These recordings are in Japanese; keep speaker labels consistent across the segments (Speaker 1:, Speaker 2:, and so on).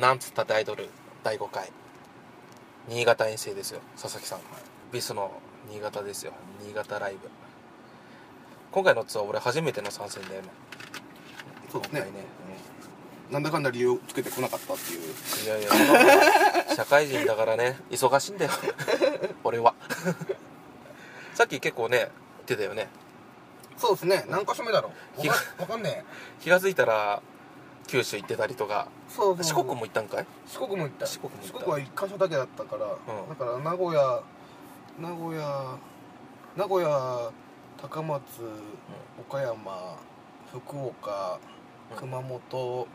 Speaker 1: なんつったってアイドル第5回新潟遠征ですよ佐々木さんビスの新潟ですよ新潟ライブ今回のツアー俺初めての参戦だよね
Speaker 2: そうですね
Speaker 1: 今回ね
Speaker 2: なんだかんだ理由をつけてこなかったっていう
Speaker 1: いやいやそ んなことない社会人だからね忙しいんだよ 俺は さっき結構ね言ってたよね
Speaker 2: そうですね何箇所目だろう
Speaker 1: いや
Speaker 2: わかわかんねえ
Speaker 1: 気が付いたら九州行ってたりとか
Speaker 2: そうそう
Speaker 1: 四国も行ったんかい
Speaker 2: 四国も行った
Speaker 1: 四国も行った
Speaker 2: は一箇所だけだったから、
Speaker 1: ん
Speaker 2: だから名古屋名古屋名古屋高松、岡山福岡
Speaker 1: うん
Speaker 2: 熊本、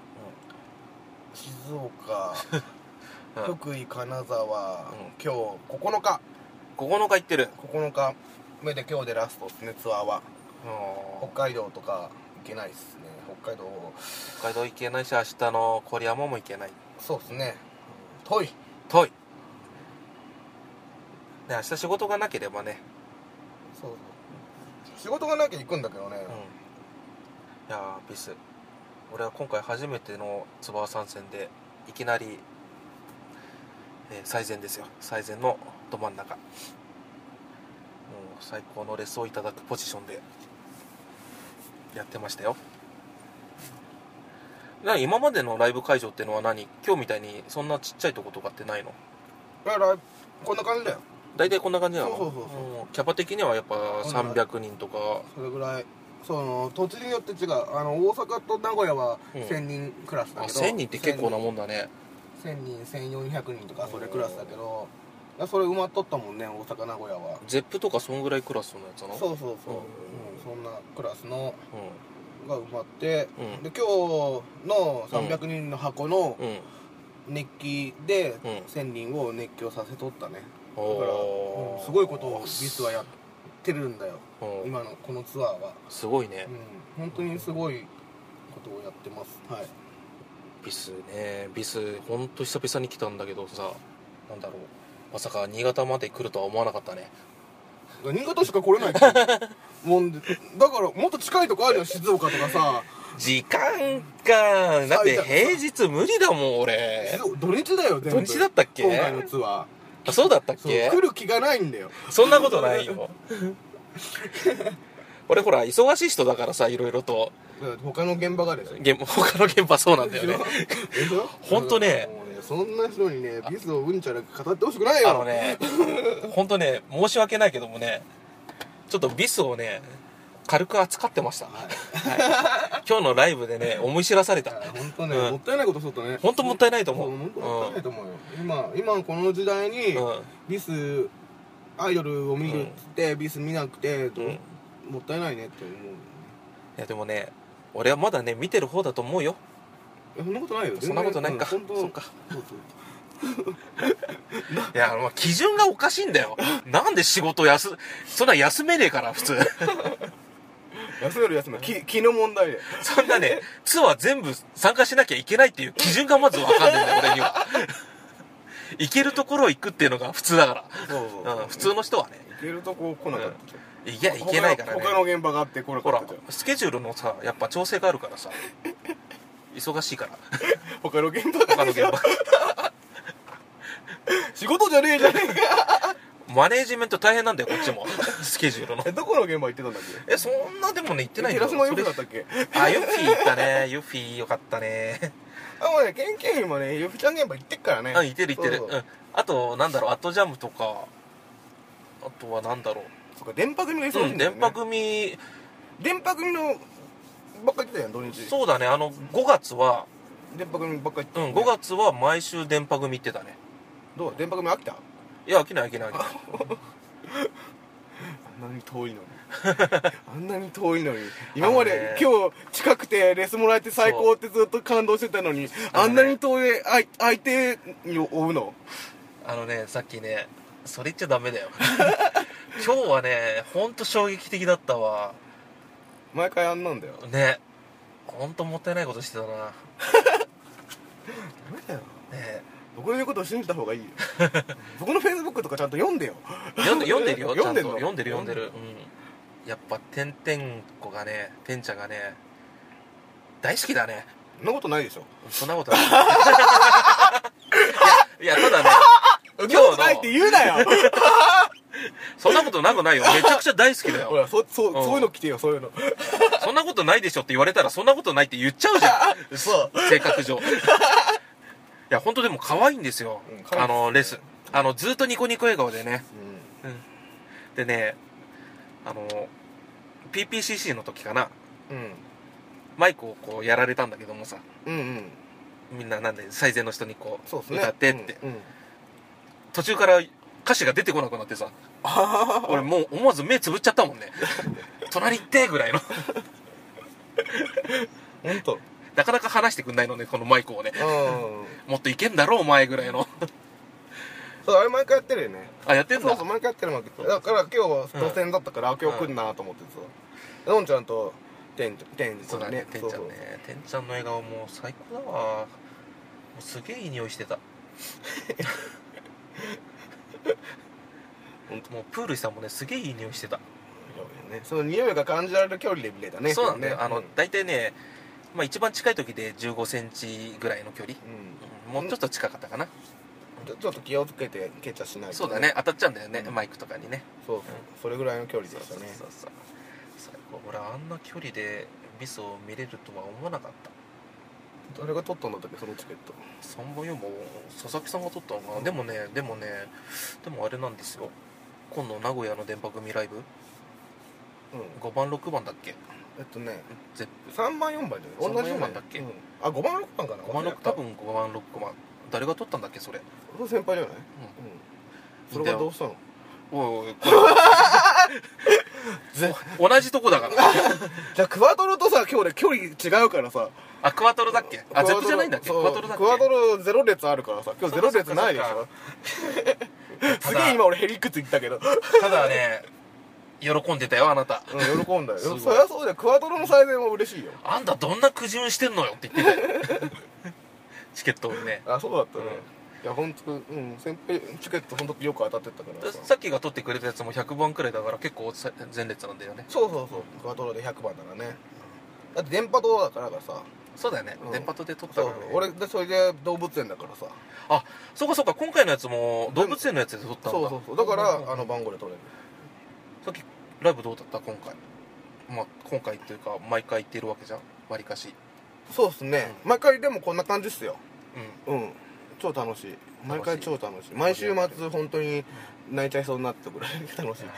Speaker 2: 静 岡、
Speaker 1: うん
Speaker 2: 福井金沢、
Speaker 1: うん
Speaker 2: 今日9日
Speaker 1: 9日行ってる
Speaker 2: 9日目で今日でラストですねツアーは
Speaker 1: うん
Speaker 2: 北海道とか行けないっすね北海道
Speaker 1: 北海道行けないし明日のコリアモも行けない
Speaker 2: そうですね遠い
Speaker 1: 遠いで明日仕事がなければね、
Speaker 2: そうそう仕事がなきゃ行くんだけどね、
Speaker 1: うん、いやービス俺は今回初めてのツバー参戦でいきなり、えー最前ですよ最前のど真ん中もう最高のレスをいただくポジションでやってましたよな今までのライブ会場ってのは何今日みたいにそんなちっちゃいとことかってないの
Speaker 2: いやライブこんな感じだよ
Speaker 1: 大体こんな感じなの
Speaker 2: そうそうそうそ
Speaker 1: うんキャパ的にはやっぱ300人とか
Speaker 2: それぐらいその土地によって違うあの大阪と名古屋は
Speaker 1: うん
Speaker 2: 1000人クラス
Speaker 1: あ
Speaker 2: だけど、
Speaker 1: 1000人って結構なもんだね
Speaker 2: 1000人1400人とかそれクラスだけどいやそれ埋まっとったもんね大阪名古屋は
Speaker 1: ゼップとかそんぐらいクラスのやつなの
Speaker 2: そうそうそう、
Speaker 1: うん
Speaker 2: うんそんなクラスの
Speaker 1: う
Speaker 2: が埋まって、
Speaker 1: うん
Speaker 2: で今日の300人の箱の
Speaker 1: んうん
Speaker 2: 熱気で
Speaker 1: うん
Speaker 2: 1000人を熱狂させとったね、だから、
Speaker 1: お
Speaker 2: う
Speaker 1: ー
Speaker 2: んすごいことをビスはやってるんだよ
Speaker 1: うん
Speaker 2: 今のこのツアーは、
Speaker 1: すごいね
Speaker 2: うん、本当にすごいことをやってますはい
Speaker 1: ビスねビスほんと久々に来たんだけどさなんだろうまさか新潟まで来るとは思わなかったね
Speaker 2: 新潟しか来れない ってもんでだからもっと近いとこあるよ静岡とかさ
Speaker 1: 時間かだって
Speaker 2: さあ
Speaker 1: 平日無理だもん俺
Speaker 2: 静土日だよ全部
Speaker 1: 土日だったっけ
Speaker 2: 今回のツア
Speaker 1: あそうだったっ
Speaker 2: ーそう
Speaker 1: け
Speaker 2: 来る気がないんだよ
Speaker 1: そんなことない よ俺ほら忙しい人だからさいろいろと
Speaker 2: だから他の現場がでしょ
Speaker 1: 現 他の現場そうなんだよね
Speaker 2: でしょ
Speaker 1: ほんとね
Speaker 2: もうねそんな人にねビスをうんちゃら語ってほしくないよ
Speaker 1: あのね本当ね申し訳ないけどもねちょっとビスをね軽く扱ってました、
Speaker 2: はい
Speaker 1: 今日のライブでね思い知らされた
Speaker 2: 本当ね、
Speaker 1: うん
Speaker 2: もったいないことしとったね
Speaker 1: 本当もったいないと
Speaker 2: そ
Speaker 1: 思う
Speaker 2: う本当もったいないと思うよ、今今この時代に、
Speaker 1: うん
Speaker 2: ビスアイドルを見るっつって、ビス見なくて、
Speaker 1: うんい
Speaker 2: もったいないねって思うよね
Speaker 1: やでもね俺はまだね見てる方だと思うよ
Speaker 2: いやそんなことないよ
Speaker 1: そんなことないか、
Speaker 2: 全然うん
Speaker 1: そっ
Speaker 2: 本当
Speaker 1: か
Speaker 2: そうそう
Speaker 1: いや、まあ、基準がおかしいんだよなんで仕事休そんな休めねえから普通
Speaker 2: 休める休め る気気の問題で
Speaker 1: そんなね、ツアー全部参加しなきゃいけないっていう基準がまずわかんないんだよ、俺には。行けるところ行くっていうのが普通だか
Speaker 2: そうそう
Speaker 1: ら。うん、普通の人はね。
Speaker 2: 行けるとこ来なかったじゃん
Speaker 1: いや、行けないからね。
Speaker 2: 他の他の現場があって来な
Speaker 1: ほ
Speaker 2: からったじゃん、
Speaker 1: スケジュールのさ、やっぱ調整があるからさ。忙しいから。
Speaker 2: 他の現場
Speaker 1: 他
Speaker 2: が
Speaker 1: の現場。
Speaker 2: 仕事じゃねえじゃねえか
Speaker 1: マネージメント大変なんだよ、こっちも。スケジュールの
Speaker 2: え。 どこの現場行ってたんだっけ
Speaker 1: え、そんなでもね、行ってないんだ
Speaker 2: 平
Speaker 1: よ。
Speaker 2: 島由紀
Speaker 1: そ
Speaker 2: だっ
Speaker 1: れ
Speaker 2: たっけ
Speaker 1: あ、ユッフィー行ったね。ユッフィーよかったね。
Speaker 2: あもうねケンケンよりもねゆきちゃん現場行ってっからね
Speaker 1: うん、いてるいてる。
Speaker 2: そう
Speaker 1: う。
Speaker 2: そうん
Speaker 1: あと、なんだろう、アットジャムとか、あとはなんだろう。
Speaker 2: そっか電波組が忙し
Speaker 1: う
Speaker 2: い
Speaker 1: ん、
Speaker 2: んだよ、
Speaker 1: 電
Speaker 2: ね
Speaker 1: 波組、
Speaker 2: 電波組のばっかり行ってたやん土日
Speaker 1: そうだね、あの、5月は、
Speaker 2: 電波組ばっかり行って
Speaker 1: う
Speaker 2: たよ
Speaker 1: ん、
Speaker 2: ね
Speaker 1: 5月は毎週電波組行ってたね。
Speaker 2: どう電波組飽きた
Speaker 1: いや、飽きない飽 きない飽きない。
Speaker 2: あんなに遠 いのにあんなに遠いのに今ま
Speaker 1: あのね
Speaker 2: で今日近くてレスもらえて最高ってずっと感動してたのに
Speaker 1: あ
Speaker 2: あ
Speaker 1: の
Speaker 2: ん
Speaker 1: ね
Speaker 2: なに遠いあい相手を追うの
Speaker 1: あのね、さっきね、それ言っちゃダメだよ。 今日はね、ほんと衝撃的だったわ。
Speaker 2: 毎回あんなんだよ
Speaker 1: ね。ほんともったいないことしてたな。ね
Speaker 2: ダメだよ
Speaker 1: え
Speaker 2: 僕の言うことを信じた 方がいいよ僕のフェイスブックとかちゃんと読んでよ
Speaker 1: 読ん で、読んでるよ、ちゃんと。
Speaker 2: 読んでんの
Speaker 1: 読んでる読んでる。うん。やっぱ、てんてんこがね、てんちゃんがね、大好きだね。
Speaker 2: そんなことないでしょ
Speaker 1: そんなことない。 なくないよめちゃくちゃ大好きだ
Speaker 2: ほ
Speaker 1: よ
Speaker 2: らそそ,、う
Speaker 1: うん
Speaker 2: そういうの来てよそういうの
Speaker 1: そんなことないでしょって言われたらそんなことないって言っちゃうじ ゃん
Speaker 2: そう
Speaker 1: 性格上いや本当でも可愛いんですよ、
Speaker 2: うん可愛い
Speaker 1: あのレスあのずっとニコニコ笑顔でね
Speaker 2: う
Speaker 1: でねあの PPCC の時かなん
Speaker 2: うん
Speaker 1: マイクをこうやられたんだけどもさ
Speaker 2: うんうん
Speaker 1: みんななんで最善の人にこ
Speaker 2: そうです
Speaker 1: う
Speaker 2: ね
Speaker 1: 歌ってって、
Speaker 2: うんうん
Speaker 1: 途中から歌詞が出てこなくなって さ俺もう思わず目つぶっちゃったもんね隣行ってぐらいの
Speaker 2: 本当
Speaker 1: なかなか話してくんないのねこのマイクをね
Speaker 2: うん
Speaker 1: もっといけんだろお前ぐらいの
Speaker 2: そうあれ毎回やってるよね
Speaker 1: あやってんだ
Speaker 2: そうそう毎回やってるわけだから今日は当選だったから、今日来るなと思ってさのんちゃんとてんちゃんてんち
Speaker 1: そ
Speaker 2: ゃ
Speaker 1: うんだねてんちゃんね
Speaker 2: そ
Speaker 1: て
Speaker 2: う
Speaker 1: んちゃんの笑顔もう最高だわもうすげえいい匂い してた
Speaker 2: ほん
Speaker 1: もうプールさんもねすげえいい匂いしてた、
Speaker 2: そうねその匂いが感じられる距離で見れたね
Speaker 1: そうなんだよ、あの
Speaker 2: ん
Speaker 1: 大体ね、まあ、一番近い時で1 5センチぐらいの距離、うんもうちょっと近かったかな、
Speaker 2: うんちょちょっと気をつけてケチャしないと
Speaker 1: そうだね当たっちゃうんだよね、
Speaker 2: うん
Speaker 1: マイクとかにね
Speaker 2: そうそうそれぐらいの距離でした
Speaker 1: そう
Speaker 2: ね
Speaker 1: そうそう最高俺あんな距離でビスを見れるとは思わなかった
Speaker 2: 誰が取ったんだったっけそのチケット
Speaker 1: 3番4番佐々木さんが取ったのかな、
Speaker 2: うん
Speaker 1: でもねでもねでもあれなんですよ今度名古屋の電波組ライブ
Speaker 2: うん
Speaker 1: 5番6番だっけ
Speaker 2: えっとね
Speaker 1: ぜ
Speaker 2: 3番4番じゃない同じ
Speaker 1: 3番4番
Speaker 2: 4番
Speaker 1: だっけ
Speaker 2: うんあ5番6番かな
Speaker 1: 5番6多分5番6番誰が取ったんだっけそれ
Speaker 2: それ先輩じゃないうんそれがどうしたの
Speaker 1: おいお いこれ
Speaker 2: ぜ
Speaker 1: 同じとこだから
Speaker 2: じゃあクワトロとさ今日俺距離違うからさ
Speaker 1: あクワトロだっけあゼップじゃないんだっけク
Speaker 2: そう
Speaker 1: ワトロだっけ
Speaker 2: クワトロゼロ列あるからさ今日ゼロ列ないでし
Speaker 1: そう
Speaker 2: ょ
Speaker 1: た
Speaker 2: す
Speaker 1: だ
Speaker 2: げえ今俺ヘリクツ言ったけど
Speaker 1: ただね喜んでたよあなた
Speaker 2: うん喜んだよ
Speaker 1: すごい
Speaker 2: そりゃそうだよクワトロの最善は嬉しいよ
Speaker 1: あんたどんな苦渋してんのよって言ってたよチケットをね
Speaker 2: あそうだったね、
Speaker 1: うん
Speaker 2: いや本当うん先輩チケット本当よく当たってったからさ
Speaker 1: さっきが取ってくれたやつも100番くらいだから結構さ前列なんだよね
Speaker 2: そうそうそうクワトロで100番だからねだって電波塔だからさ
Speaker 1: そうだよね、
Speaker 2: うん
Speaker 1: 電波塔で撮った
Speaker 2: そう
Speaker 1: から、ね、
Speaker 2: 俺でそれで動物園だからさ
Speaker 1: あそうかそうか今回のやつも動物園のやつで撮ったんだ
Speaker 2: そうそうそうだから、
Speaker 1: うん
Speaker 2: あの番号で取れる
Speaker 1: さっきライブどうだった今回まあ今回っていうか毎回行ってるわけじゃんわりかし
Speaker 2: そうっすね、毎回でもこんな感じっすよ
Speaker 1: う
Speaker 2: うん超楽しい毎回超楽しい
Speaker 1: い
Speaker 2: 毎週末本当に泣いちゃいそうになったぐらい楽しい
Speaker 1: んでもなくよね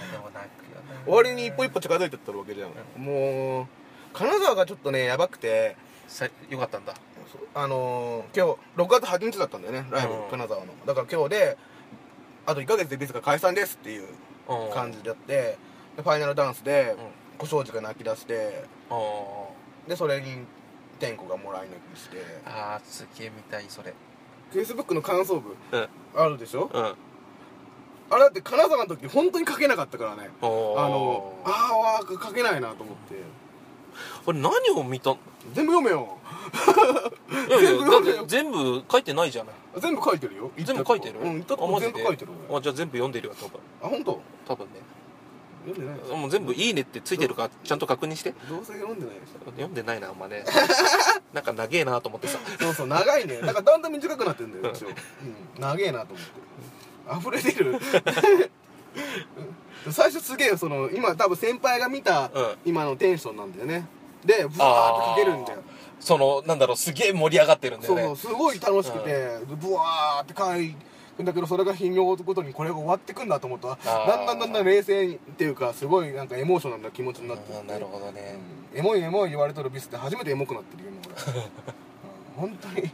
Speaker 2: 終わりに一歩一歩近づいてったわけじゃん、もう金沢がちょっとねやばくて
Speaker 1: さよかったんだ
Speaker 2: そうあのー今日6月8日だったんだよねライブ、
Speaker 1: うん
Speaker 2: 金沢のだから今日であと1ヶ月でビスが解散ですっていう
Speaker 1: うん
Speaker 2: 感じでやってでファイナルダンスで
Speaker 1: うん
Speaker 2: 小庄司が泣き出して
Speaker 1: あ
Speaker 2: でそれに天子がもらい泣きして
Speaker 1: ーあーすげえ見たいそれ
Speaker 2: Facebook の感想部
Speaker 1: うん
Speaker 2: あるでしょ
Speaker 1: うん
Speaker 2: あれだって金沢の時本当に書けなかったからね
Speaker 1: お
Speaker 2: あ
Speaker 1: お
Speaker 2: のあーあ書けないなと思って
Speaker 1: これ何を 見たい
Speaker 2: 全部読めよ
Speaker 1: やい
Speaker 2: 全部
Speaker 1: やだ
Speaker 2: 読
Speaker 1: っ
Speaker 2: んでよ
Speaker 1: て全部書いてないじゃない
Speaker 2: 全部書いてるよ
Speaker 1: 全部書いてる
Speaker 2: うん言ったと
Speaker 1: あ
Speaker 2: こ
Speaker 1: マジ
Speaker 2: 全
Speaker 1: で
Speaker 2: 部書いてる俺
Speaker 1: あじゃあ全部読んでるよ多分
Speaker 2: あ本当
Speaker 1: 多分ね
Speaker 2: 読んでないでしょ
Speaker 1: もう全部「いいね」ってついてるかちゃんと確認して
Speaker 2: どうせ読んでないでしょ
Speaker 1: 読んでないなあんまねなんか長えなと思ってさ
Speaker 2: そうそう長いねだからだんだん短くなってんだよ一応、うん、長えなと思って溢れ てる最初すげえその今多分先輩が見た
Speaker 1: うん
Speaker 2: 今のテンションなんだよねでブワーって書けるんだよ
Speaker 1: そのなんだろうすげえ盛り上がってるんだ
Speaker 2: そ
Speaker 1: よ
Speaker 2: う
Speaker 1: ね
Speaker 2: そうすごい楽しくてブワーって書いてんだけどそれが頻尿ごとにこれが終わってくんだと思ったら
Speaker 1: あー
Speaker 2: だんだんだんだん冷静にっていうかすごいなんかエモーショナルな気持ちになって
Speaker 1: あーなるほどね、
Speaker 2: エモいエモい言われとるビスって初めてエモくなってるよ 今俺、うん、本当に、うん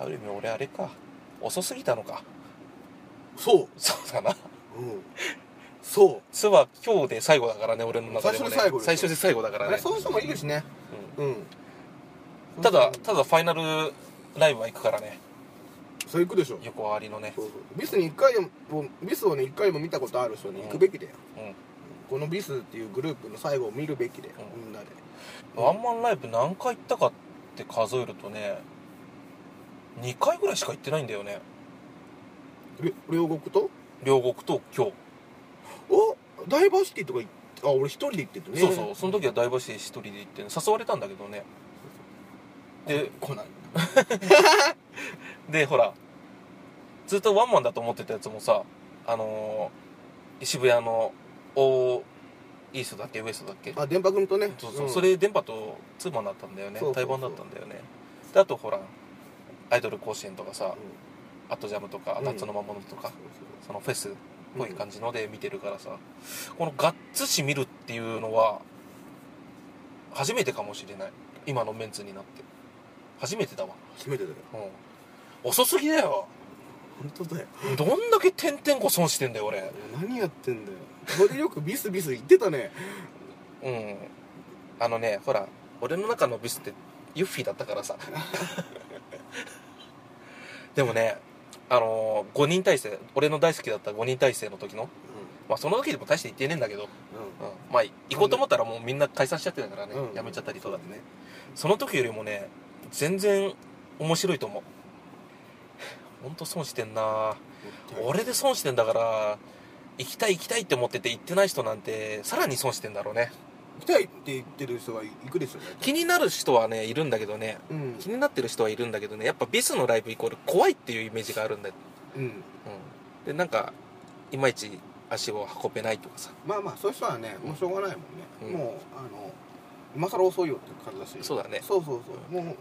Speaker 1: ある意味俺あれか遅すぎたのか
Speaker 2: そう
Speaker 1: そうだな
Speaker 2: うんそ
Speaker 1: ツは今日で最後だからね俺の中でも、ね、
Speaker 2: 最初で最後ですよ
Speaker 1: 最初で最後だか
Speaker 2: う
Speaker 1: ら
Speaker 2: あ
Speaker 1: ね
Speaker 2: れそうしてもいいですねうん
Speaker 1: うんただただファイナルライブは行くからね
Speaker 2: それ行くでしょ
Speaker 1: 横回りのね
Speaker 2: そうそうビスに一回でもビスをね一回も見たことある人に行くべきだよ、
Speaker 1: うん
Speaker 2: このビスっていうグループの最後を見るべきだよ、
Speaker 1: う
Speaker 2: みんなで
Speaker 1: ワンマンライブ何回行ったかって数えるとね2回ぐらいしか行ってないんだよね
Speaker 2: り両国と
Speaker 1: 両国と今日
Speaker 2: おダイバーシティとか行ってあ俺一人で行っててね
Speaker 1: そうそうその時はダイバーシティ一人で行ってね誘われたんだけどねで
Speaker 2: 来ない
Speaker 1: でほらずっとワンマンだと思ってたやつもさあのー渋谷のオーイーストだっけウエストだっけ
Speaker 2: あ電波組とね
Speaker 1: そうそう、
Speaker 2: ん
Speaker 1: それ電波とツーマンだったんだよね
Speaker 2: そうそうそ
Speaker 1: 対
Speaker 2: う
Speaker 1: バンだったんだよねであとほらアイドル甲子園とかさ、
Speaker 2: うん
Speaker 1: アットジャムとか
Speaker 2: うん
Speaker 1: 夏の魔物とか、そのフェスっぽい感じので見てるからさ、このガッツし見るっていうのは初めてかもしれない今のメンツになって初めてだわ、
Speaker 2: 初めてだよ
Speaker 1: うん、遅すぎだよ
Speaker 2: 本当だよ
Speaker 1: どんだけ点々こ損してんだよ俺
Speaker 2: 何やってんだよそれよくビスビス言ってたね
Speaker 1: うんあのねほら俺の中のビスってユッフィだったからさ でもねあのー、5人体制俺の大好きだった5人体制の時のまあその時でも大して言ってねえんだけど、
Speaker 2: う
Speaker 1: うん、まあ行こうと思ったらもうみんな解散しちゃってたからね、
Speaker 2: うん
Speaker 1: やめちゃったりとかでね
Speaker 2: ね
Speaker 1: その時よりもね全然面白いと思うほんと損してんな俺で損してんだから行きたい行きたいって思ってて行ってない人なんてさらに損してんだろうね
Speaker 2: 行きたいって言ってる人は行くでしょうね
Speaker 1: 気になる人はねいるんだけどね
Speaker 2: うん
Speaker 1: 気になってる人はいるんだけどねやっぱビスのライブイコール怖いっていうイメージがあるんだよ、
Speaker 2: うん
Speaker 1: うん、でなんかいまいち足を運べないとかさ
Speaker 2: まあまあそういう人はねもうしょうがないもんね、
Speaker 1: うん
Speaker 2: もうあの今更遅いよって感じだし
Speaker 1: そうだね
Speaker 2: そうそうそうもう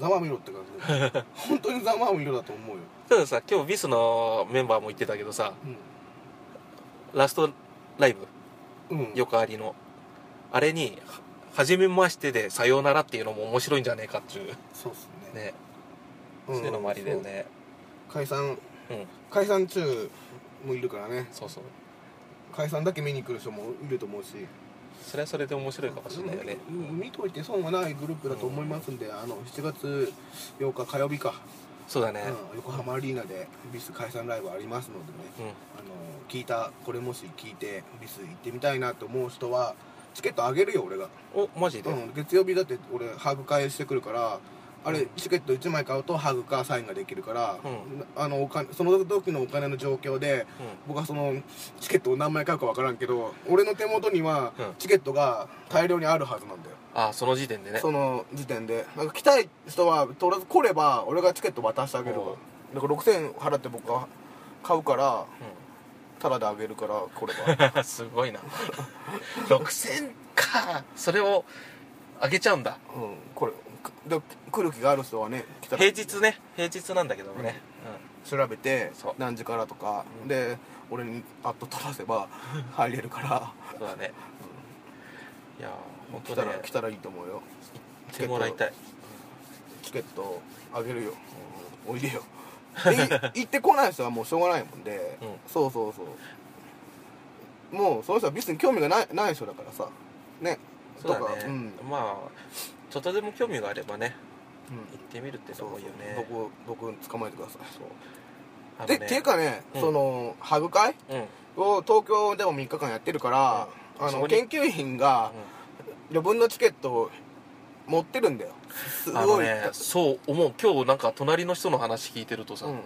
Speaker 2: ざまあみろって感じ で本当にざまあみろだと思うよ、
Speaker 1: たださ今日ビスのメンバーも言ってたけどさ
Speaker 2: う
Speaker 1: ラストライブ
Speaker 2: んうん、
Speaker 1: よくありのあれには「はじめまして」で「さようなら」っていうのも面白いんじゃねえかっていう
Speaker 2: そうっすね
Speaker 1: ね、
Speaker 2: うん
Speaker 1: そういうのもありだよね
Speaker 2: そう解散
Speaker 1: うん
Speaker 2: 解散中もいるからね
Speaker 1: そうそう
Speaker 2: 解散だけ見に来る人もいると思うし
Speaker 1: それはそれで面白いかもしれないよね
Speaker 2: うんうん見といて損はないグループだと思いますんで、あの7月8日火曜日か、
Speaker 1: そうだね
Speaker 2: うん、横浜アリーナでビス解散ライブありますのでね
Speaker 1: うん、
Speaker 2: あの聞いたこれもし聞いてビス行ってみたいなと思う人はチケットあげるよ俺が、
Speaker 1: おマジで、
Speaker 2: うん、月曜日だって俺ハグ会してくるからあ
Speaker 1: う
Speaker 2: れ
Speaker 1: ん
Speaker 2: チケット1枚買うとハグかサインができるから、
Speaker 1: うん
Speaker 2: あのお金その時のお金の状況で僕はそのチケットを何枚買うか分からんけど俺の手元には
Speaker 1: うん
Speaker 2: チケットが大量にあるはずなんだよ、
Speaker 1: ああその時点でね
Speaker 2: その時点でなんか来たい人はとりあえず来れば俺がチケット渡してあげるわ
Speaker 1: おう
Speaker 2: だから6000円払って僕が買うからタダであげるからこれは
Speaker 1: うん すごいな6000かそれをあげちゃうんだ
Speaker 2: うんこれくで来る気がある人はね来たら
Speaker 1: 平日ね平日なんだけどもね、
Speaker 2: 調べて
Speaker 1: そう
Speaker 2: 何時からとか、
Speaker 1: うん
Speaker 2: で俺にパッと取ら せば入れるから
Speaker 1: うん、そうだね、いやー本
Speaker 2: 来
Speaker 1: 当
Speaker 2: た
Speaker 1: だ
Speaker 2: ら
Speaker 1: ね
Speaker 2: 来たらいいと思うよ
Speaker 1: 来てもらいたい
Speaker 2: チケットあげるよ、おいでよ でい行ってこない人はもうしょうがないもんで、
Speaker 1: うん
Speaker 2: そうそうそうもうその人は別に興味がないない人だからさね
Speaker 1: そうだ
Speaker 2: とか
Speaker 1: ね、
Speaker 2: うん、
Speaker 1: まあちょっとでも興味があればね行
Speaker 2: う
Speaker 1: ってみるって
Speaker 2: ん、
Speaker 1: のもいいよね
Speaker 2: そうそう僕僕捕まえてください
Speaker 1: あの
Speaker 2: で
Speaker 1: ね
Speaker 2: っていうかね、
Speaker 1: うん
Speaker 2: そのハグ会
Speaker 1: うん、うん
Speaker 2: を東京でも3日間やってるから、
Speaker 1: うん
Speaker 2: あ
Speaker 1: そ
Speaker 2: の
Speaker 1: こに
Speaker 2: 研究員が余分のチケットを持ってるんだよす
Speaker 1: あの
Speaker 2: ごい、
Speaker 1: ねそう思う今日なんか隣の人の話聞いてるとさ、
Speaker 2: うん、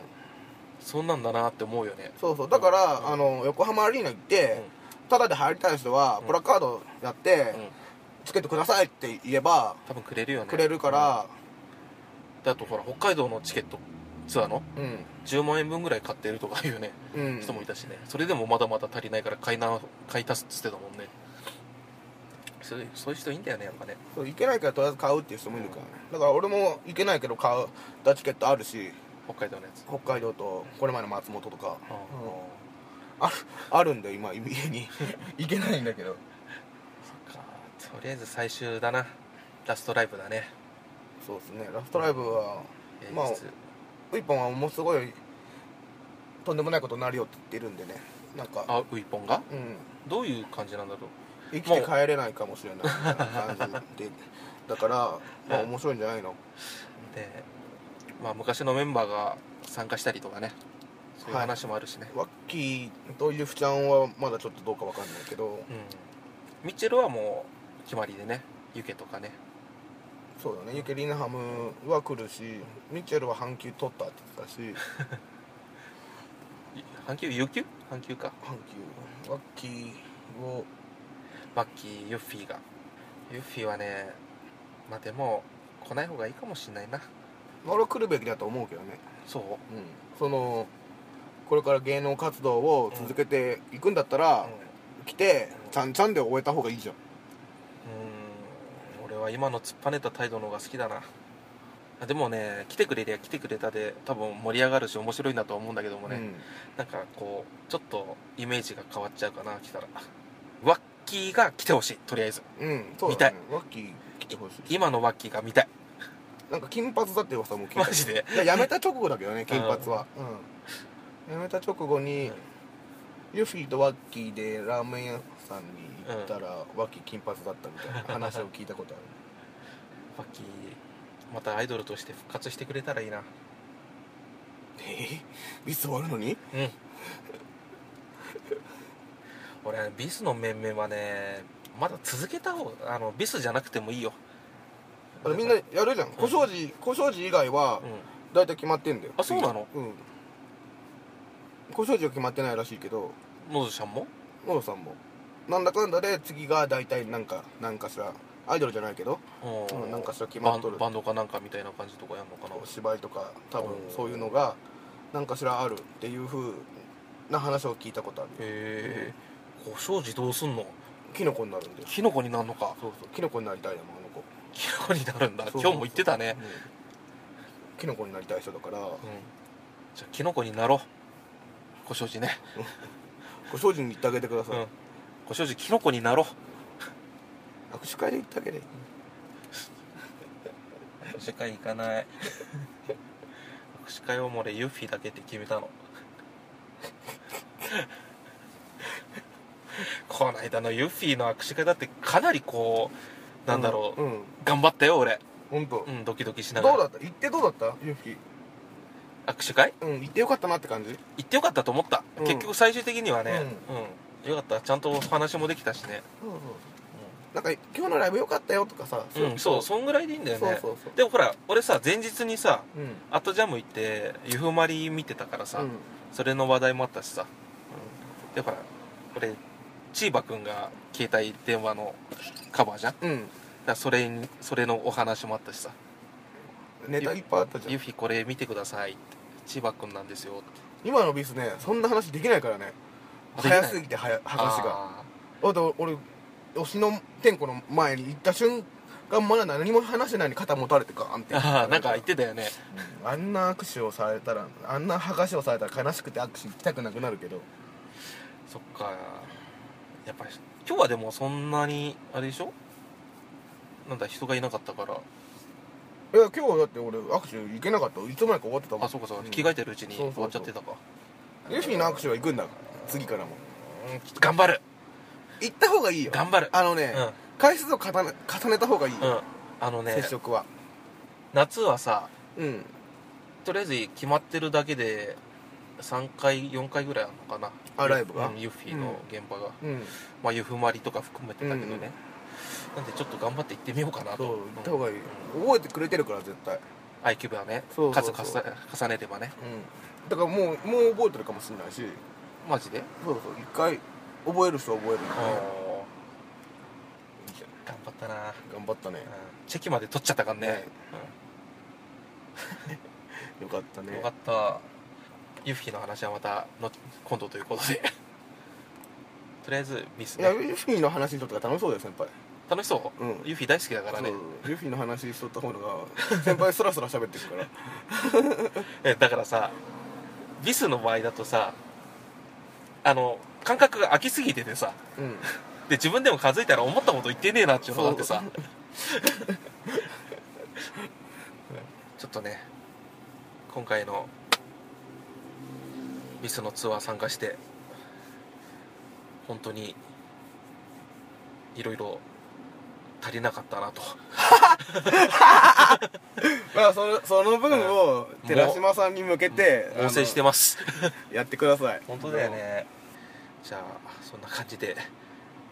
Speaker 1: そんなんだなって思うよね
Speaker 2: そうそうだから、
Speaker 1: うん
Speaker 2: あの横浜アリーナ行って、タダで入りたい人は
Speaker 1: うん
Speaker 2: プラカードやって、
Speaker 1: うん、うん、
Speaker 2: チケットくださいって言えば
Speaker 1: 多分くれるよね
Speaker 2: くれるか、ら、
Speaker 1: うんであとほら北海道のチケットツアーの
Speaker 2: うん
Speaker 1: 10万円分ぐらい買ってるとかいうね、
Speaker 2: うん
Speaker 1: 人もいたしねそれでもまだまだ足りないから買いな買い足すっつってたもんねそういうそういう人いいんだよねやっぱね
Speaker 2: そう行けないからとりあえず買うっていう人もいるからね、だから俺も行けないけど買ったチケットあるし
Speaker 1: 北海道のやつ
Speaker 2: 北海道とこれ前の松本とか
Speaker 1: ああ
Speaker 2: あるあるんだよ今家 に行けないんだけど
Speaker 1: そっかとりあえず最終だなラストライブだね
Speaker 2: そうですねラストライブは
Speaker 1: 平
Speaker 2: まあ
Speaker 1: 日
Speaker 2: ウイポンはもうすごいとんでもないことになるよって言ってるんでねなんか
Speaker 1: あウイポンが
Speaker 2: うん
Speaker 1: どういう感じなんだろう
Speaker 2: 生きて帰れないかもしれないみたいな感じ でだからまあ面白いんじゃないの
Speaker 1: で、まあ、昔のメンバーが参加したりとかねそういう話もあるしね、
Speaker 2: ワッキーとユフちゃんはまだちょっとどうかわかんないけど
Speaker 1: うんミッチェルはもう決まりでねユケとかね
Speaker 2: そうだねユケリーナハムは来るしミッチェルは半球取ったって言ってたし
Speaker 1: い阪急有給阪急か
Speaker 2: 半球ワッキーを
Speaker 1: マッキーユッフィーがユッフィーはねまあでも来ない方がいいかもしんないな
Speaker 2: 俺は来るべきだと思うけどね
Speaker 1: そう
Speaker 2: うんそのこれから芸能活動を続けていくんだったら、来てちゃんちゃんで終えた方がいいじゃん
Speaker 1: うん俺は今の突っぱねた態度の方が好きだなあでもね来てくれりゃ来てくれたで多分盛り上がるし面白いんだと思うんだけどもね、
Speaker 2: うん
Speaker 1: なんかこうちょっとイメージが変わっちゃうかな来たらワッキーが来てほしいとりあえず
Speaker 2: うん、そう
Speaker 1: 見た
Speaker 2: だ
Speaker 1: い
Speaker 2: ねワッキー来てほしい
Speaker 1: 今のワッキーが見 たい
Speaker 2: なんか金髪だって噂も聞いた
Speaker 1: マジで
Speaker 2: いややめた直後だけどね金髪は、うん、やめた直後に、ユフィとワッキーでラーメン屋さんに行ったら、ワッキー金髪だったみたいな話を聞いたことある
Speaker 1: ワッキーまたアイドルとして復活してくれたらいいな
Speaker 2: えいつ終わるのに
Speaker 1: うん 俺はビスの面々はねまだ続けた方があのビスじゃなくてもいいよ
Speaker 2: あれみんなやるじゃん小障子小障子以外は
Speaker 1: うん
Speaker 2: 大体決まってんだよ
Speaker 1: あそうなの
Speaker 2: うん小障子は決まってないらしいけど
Speaker 1: ノズちゃんも
Speaker 2: 野呂さんもなんだかんだで次が大体なんかなんかしらアイドルじゃないけど
Speaker 1: う
Speaker 2: うんなんかしら決まっとる
Speaker 1: バンバンドかなんかみたいな感じとかやんのかな
Speaker 2: お芝居とか多分
Speaker 1: うん
Speaker 2: そういうのが何かしらあるっていう風な話を聞いたことあるよ
Speaker 1: へえ小障子どうすんの
Speaker 2: キノコになるんだよ
Speaker 1: キノコになるのか
Speaker 2: そうそうキノコになりたいだもんあの子
Speaker 1: キノコになるんだ
Speaker 2: そうそうそ
Speaker 1: 今
Speaker 2: う
Speaker 1: 日も言ってたね、
Speaker 2: うんキノコになりたい人だから
Speaker 1: うん、じゃあキノコになろう小障子ね
Speaker 2: ご精進に行ってあげてくだ
Speaker 1: う
Speaker 2: さい、
Speaker 1: ん小障子キノコになろう
Speaker 2: 握手会で行ってあげれ
Speaker 1: 握手会行かない握手会はもう俺ユッフィだけって決めたのこの間のユッフィの握手会だってかなりこうなんだろう、
Speaker 2: うん、うん、
Speaker 1: 頑張ったよ俺
Speaker 2: 本当、
Speaker 1: うんドキドキし
Speaker 2: ど
Speaker 1: なが
Speaker 2: う
Speaker 1: ら
Speaker 2: だった行ってどうだったゆうき
Speaker 1: 握手会
Speaker 2: うん行ってよかったなって感じ
Speaker 1: 行ってよかったと思った、
Speaker 2: うん
Speaker 1: 結局最終的にはね、うんよかったちゃんとお話もできたしね、
Speaker 2: なんか今日のライブよかったよとかさ
Speaker 1: うんそうそんぐらいでいいんだよね
Speaker 2: そうそうそう
Speaker 1: でもほら俺さ前日にさ
Speaker 2: うん
Speaker 1: 「アットジャム」行ってゆふまり見てたからさ、
Speaker 2: うん
Speaker 1: それの話題もあったしさでほら俺チーバくんが携帯電話のカバーじゃんだか
Speaker 2: うん
Speaker 1: らそれにそれのお話もあったしさ
Speaker 2: ネタいっぱいあったじゃ
Speaker 1: ユ
Speaker 2: ん
Speaker 1: フィこれ見てください」って「チーバくんなんですよ」って
Speaker 2: 今のビスねそんな話できないからね
Speaker 1: できない
Speaker 2: 早すぎて早話が
Speaker 1: あ
Speaker 2: あと俺推しの店舗の前に行った瞬間まだ何も話してないのに肩持たれてガーンって
Speaker 1: ーあーなんか言ってたよね
Speaker 2: うんあんな握手をされたらあんな剥がしをされたら悲しくて握手行きたくなくなるけど
Speaker 1: そっかやっぱり今日はでもそんなにあれでしょなんだ人がいなかったから
Speaker 2: いや今日だって俺握手行けなかったいつの間にか終わってたもん
Speaker 1: あそうかそうか、
Speaker 2: ん
Speaker 1: 着替えてるうちに
Speaker 2: そうそうそう
Speaker 1: 終わっちゃってたか
Speaker 2: ユフィの握手は行くんだから次からも
Speaker 1: うんき頑張る
Speaker 2: 行った方がいいよ
Speaker 1: 頑張る
Speaker 2: あのね、
Speaker 1: うん
Speaker 2: 回数を重ね重ねた方がいいよ、
Speaker 1: うんあのね
Speaker 2: 接触は
Speaker 1: 夏はさ
Speaker 2: うん
Speaker 1: とりあえず決まってるだけで3回4回ぐらいあるのかな
Speaker 2: あライブが
Speaker 1: うんユッフィの現場が、
Speaker 2: うん
Speaker 1: まあユフマリとか含めてだけどね、なんでちょっと頑張って行ってみようかな
Speaker 2: そう
Speaker 1: と
Speaker 2: 行った方がいいよ覚えてくれてるから絶対
Speaker 1: アイキューブはね
Speaker 2: そうそうそう
Speaker 1: 数重ね重ねればね
Speaker 2: うんだからもうもう覚えてるかもしれないし
Speaker 1: マジで
Speaker 2: そうそう一回覚える人は覚えるんで
Speaker 1: あー
Speaker 2: いいじゃ
Speaker 1: 頑張ったな、
Speaker 2: ん頑張ったね
Speaker 1: うんチェキまで取っちゃったからね
Speaker 2: ね よかった
Speaker 1: う
Speaker 2: ね
Speaker 1: んよかったユフィの話はまたの今度ということで とりあえずミス
Speaker 2: いや
Speaker 1: ね
Speaker 2: ユフィの話にとっては楽しそうだよ先輩
Speaker 1: 楽しそう、
Speaker 2: うん
Speaker 1: ユフィ大好きだからね
Speaker 2: そうユフィの話しとった方が先輩スラスラ喋ってるから
Speaker 1: えだからさビスの場合だとさあの感覚が空きすぎててさ
Speaker 2: うん
Speaker 1: で自分でも数えたら思ったこと言ってねえなっていうのがあってさ ちょっとね今回のビスのツアー参加して本当にいろいろ足りなかったなと
Speaker 2: まあそのその分を寺島さんに向けて
Speaker 1: 猛省して
Speaker 2: も
Speaker 1: ます
Speaker 2: やってください
Speaker 1: 本当だよねじゃあそんな感じで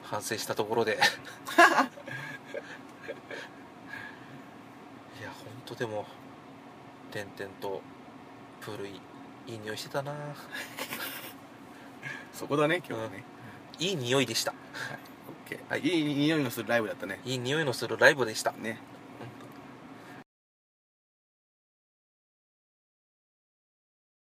Speaker 1: 反省したとこ ろでいや本当でも点々とプールいいいい匂いしてたな
Speaker 2: そこだね今日はね
Speaker 1: いい匂いでした
Speaker 2: オッケーあいい匂いのするライブだったね
Speaker 1: いい匂いのするライブでした
Speaker 2: ね